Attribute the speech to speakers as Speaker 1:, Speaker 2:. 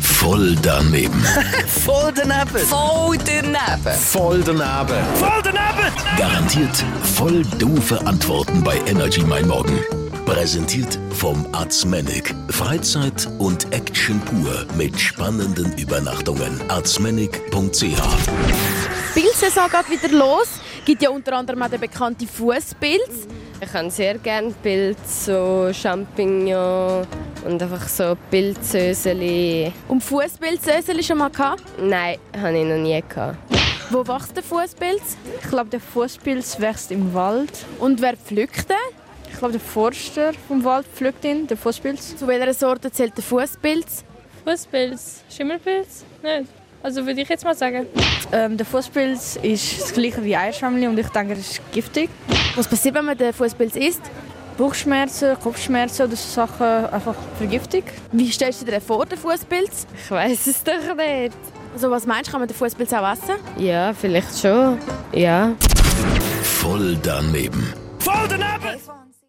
Speaker 1: Voll daneben.
Speaker 2: Voll daneben.
Speaker 3: Voll daneben.
Speaker 1: Voll daneben.
Speaker 2: Voll daneben.
Speaker 1: Garantiert voll doofe Antworten bei Energy Mein Morgen. Präsentiert vom Arzmenig. Freizeit und Action pur mit spannenden Übernachtungen. Arzmenig.ch
Speaker 4: Pilzsaison geht wieder los. Gibt ja unter anderem auch den bekannten Fußpilz.
Speaker 5: Ich kann sehr gerne Pilz, so Champignon und einfach so Pilzöseli.
Speaker 4: Und Fußpilzsösel schon mal gehabt.
Speaker 5: Nein, habe ich noch nie gehabt.
Speaker 4: Wo wächst der Fußpilz?
Speaker 6: Ich glaube, der Fußpilz wächst im Wald.
Speaker 4: Und wer pflückt den?
Speaker 6: Ich glaube, der Forster vom Wald pflückt ihn, den Fußpilz.
Speaker 4: Zu welcher Sorte zählt der Fußpilz?
Speaker 7: Fußpilz, Schimmelpilz? Nicht. Also würde ich jetzt mal sagen.
Speaker 6: Ähm, der Fußpilz ist das gleiche wie Eierschwämmli und ich denke, er ist giftig.
Speaker 4: Was passiert, wenn man den Fußpilz isst?
Speaker 6: Bauchschmerzen, Kopfschmerzen oder so Sachen, einfach Vergiftung.
Speaker 4: Wie stellst du dir den vor, den Fußpilz?
Speaker 5: Ich weiß es doch nicht.
Speaker 4: Also was meinst du, kann man den Fußpilz auch essen?
Speaker 5: Ja, vielleicht schon. Ja.
Speaker 1: Voll daneben.
Speaker 2: Voll daneben.